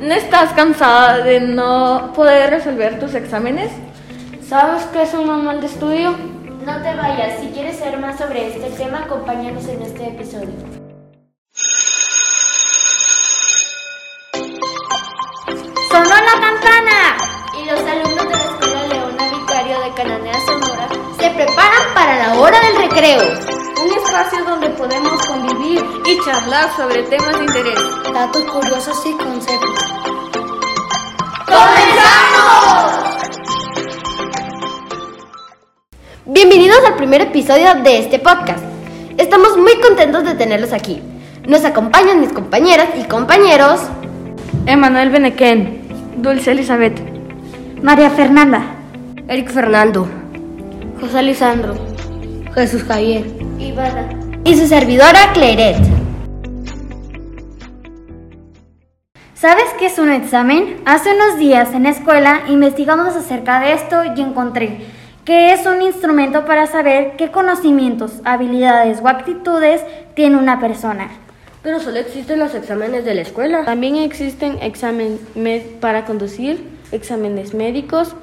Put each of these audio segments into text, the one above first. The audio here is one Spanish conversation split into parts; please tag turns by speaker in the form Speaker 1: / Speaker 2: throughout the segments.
Speaker 1: ¿No estás cansada de no poder resolver tus exámenes?
Speaker 2: ¿Sabes qué es un manual de estudio?
Speaker 3: No te vayas, si quieres saber más sobre este tema, acompáñanos en este episodio.
Speaker 4: ¡Sonó la campana!
Speaker 3: Y los alumnos de la Escuela Leona Vicario de Cananea Sonora
Speaker 4: Se preparan para la hora del recreo.
Speaker 2: Un espacio donde podemos convivir
Speaker 1: Y charlar sobre temas de interés.
Speaker 2: datos curiosos y consejos.
Speaker 4: ¡Comenzamos! Bienvenidos al primer episodio de este podcast. Estamos muy contentos de tenerlos aquí. Nos acompañan mis compañeras y compañeros.
Speaker 1: Emanuel Benequén. Dulce Elizabeth.
Speaker 4: María Fernanda. Eric Fernando.
Speaker 2: José Lisandro. Jesús Javier.
Speaker 3: Ivana.
Speaker 4: Y su servidora Claret.
Speaker 5: ¿Sabes qué es un examen? Hace unos días en la escuela investigamos acerca de esto y encontré que es un instrumento para saber qué conocimientos, habilidades o actitudes tiene una persona.
Speaker 2: Pero solo existen los exámenes de la escuela.
Speaker 6: También existen exámenes med- para conducir, exámenes médicos,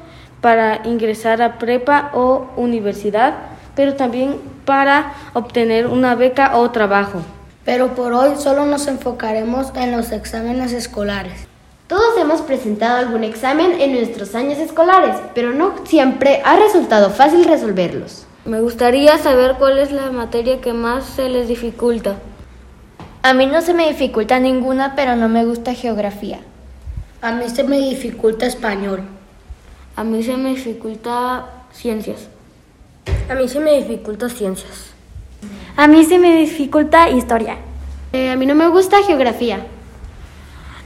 Speaker 6: para ingresar a prepa o universidad, pero también para obtener una beca o trabajo.
Speaker 2: Pero por hoy solo nos enfocaremos en los exámenes escolares.
Speaker 4: Todos hemos presentado algún examen en nuestros años escolares, pero no siempre ha resultado fácil resolverlos.
Speaker 6: Me gustaría saber cuál es la materia que más se les dificulta.
Speaker 3: A mí no se me dificulta ninguna, pero no me gusta geografía.
Speaker 2: A mí se me dificulta español.
Speaker 6: A mí se me dificulta ciencias.
Speaker 2: A mí se me dificulta ciencias.
Speaker 5: A mí se me dificulta historia.
Speaker 4: Eh, a mí no me gusta geografía.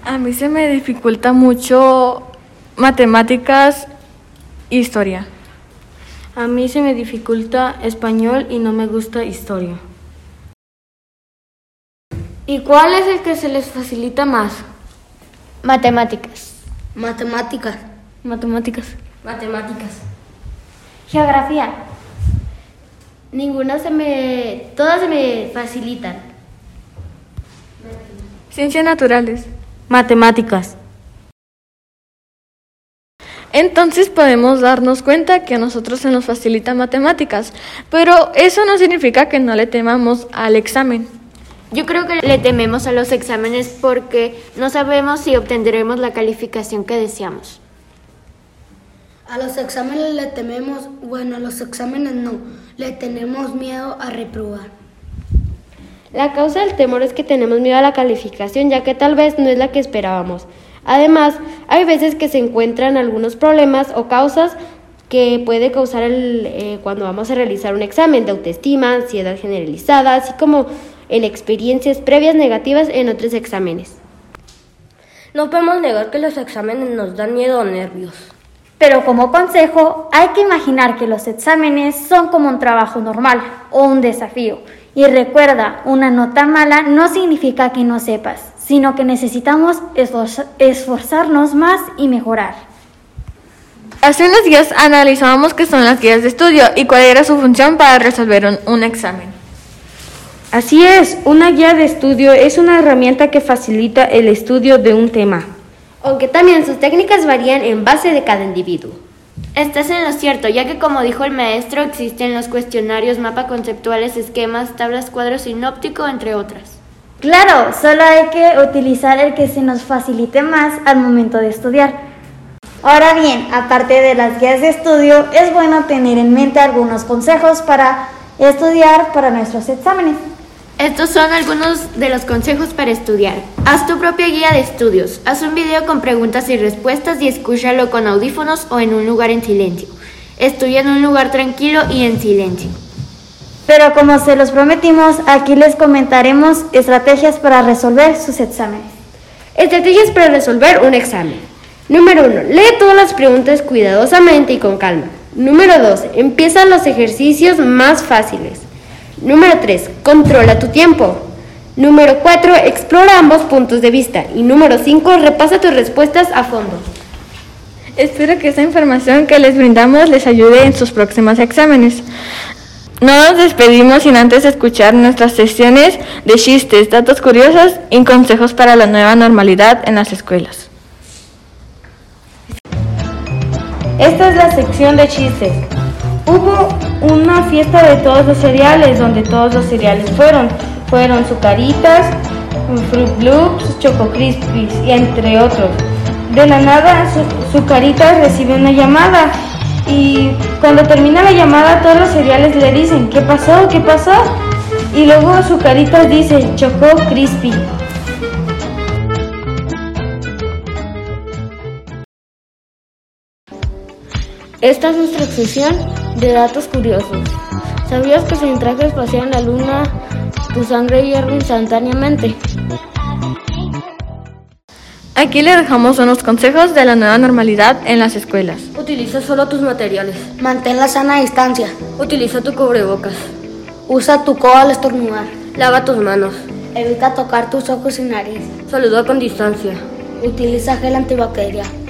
Speaker 1: A mí se me dificulta mucho matemáticas, e historia.
Speaker 6: A mí se me dificulta español y no me gusta historia. ¿Y cuál es el que se les facilita más?
Speaker 3: Matemáticas.
Speaker 2: Matemáticas.
Speaker 6: Matemáticas.
Speaker 5: Geografía.
Speaker 4: Ninguna se me... Todas se me facilitan.
Speaker 1: Ciencias naturales.
Speaker 6: Matemáticas.
Speaker 1: Entonces podemos darnos cuenta que a nosotros se nos facilita matemáticas, pero eso no significa que no le temamos al examen.
Speaker 3: Yo creo que le tememos a los exámenes porque no sabemos si obtendremos la calificación que deseamos.
Speaker 2: A los exámenes le tememos, bueno, a los exámenes no, le tenemos miedo a reprobar.
Speaker 4: La causa del temor es que tenemos miedo a la calificación, ya que tal vez no es la que esperábamos. Además, hay veces que se encuentran algunos problemas o causas que puede causar el, eh, cuando vamos a realizar un examen de autoestima, ansiedad generalizada, así como en experiencias previas negativas en otros exámenes.
Speaker 2: No podemos negar que los exámenes nos dan miedo o nervios.
Speaker 5: Pero como consejo, hay que imaginar que los exámenes son como un trabajo normal o un desafío. Y recuerda, una nota mala no significa que no sepas, sino que necesitamos esforza- esforzarnos más y mejorar.
Speaker 1: Hace unos días analizábamos qué son las guías de estudio y cuál era su función para resolver un, un examen.
Speaker 6: Así es, una guía de estudio es una herramienta que facilita el estudio de un tema.
Speaker 4: Aunque también sus técnicas varían en base de cada individuo.
Speaker 3: Estás en lo cierto, ya que como dijo el maestro, existen los cuestionarios, mapa conceptuales, esquemas, tablas, cuadros sinóptico, entre otras.
Speaker 5: Claro, solo hay que utilizar el que se nos facilite más al momento de estudiar. Ahora bien, aparte de las guías de estudio, es bueno tener en mente algunos consejos para estudiar para nuestros exámenes.
Speaker 3: Estos son algunos de los consejos para estudiar. Haz tu propia guía de estudios. Haz un video con preguntas y respuestas y escúchalo con audífonos o en un lugar en silencio. Estudia en un lugar tranquilo y en silencio.
Speaker 5: Pero como se los prometimos, aquí les comentaremos estrategias para resolver sus exámenes.
Speaker 4: Estrategias para resolver un examen. Número 1. Lee todas las preguntas cuidadosamente y con calma. Número 2. Empieza los ejercicios más fáciles. Número 3. Controla tu tiempo. Número 4. Explora ambos puntos de vista. Y número 5. Repasa tus respuestas a fondo.
Speaker 1: Espero que esta información que les brindamos les ayude en sus próximos exámenes. No nos despedimos sin antes escuchar nuestras sesiones de chistes, datos curiosos y consejos para la nueva normalidad en las escuelas.
Speaker 5: Esta es la sección de chistes. Hubo una fiesta de todos los cereales, donde todos los cereales fueron. Fueron sucaritas, Fruit Loops, Choco Crispies, y entre otros. De la nada, su- sucaritas recibe una llamada y cuando termina la llamada todos los cereales le dicen, ¿qué pasó? ¿Qué pasó? Y luego sucaritas dice, Choco Crispy.
Speaker 7: Esta es nuestra sección de datos curiosos. ¿Sabías que sin traje espacial en la luna tu sangre hierve instantáneamente?
Speaker 1: Aquí le dejamos unos consejos de la nueva normalidad en las escuelas.
Speaker 5: Utiliza solo tus materiales.
Speaker 2: Mantén la sana distancia.
Speaker 5: Utiliza tu cubrebocas.
Speaker 2: Usa tu codo al estornudar.
Speaker 5: Lava tus manos.
Speaker 2: Evita tocar tus ojos y nariz.
Speaker 5: Saluda con distancia.
Speaker 2: Utiliza gel antibacterial.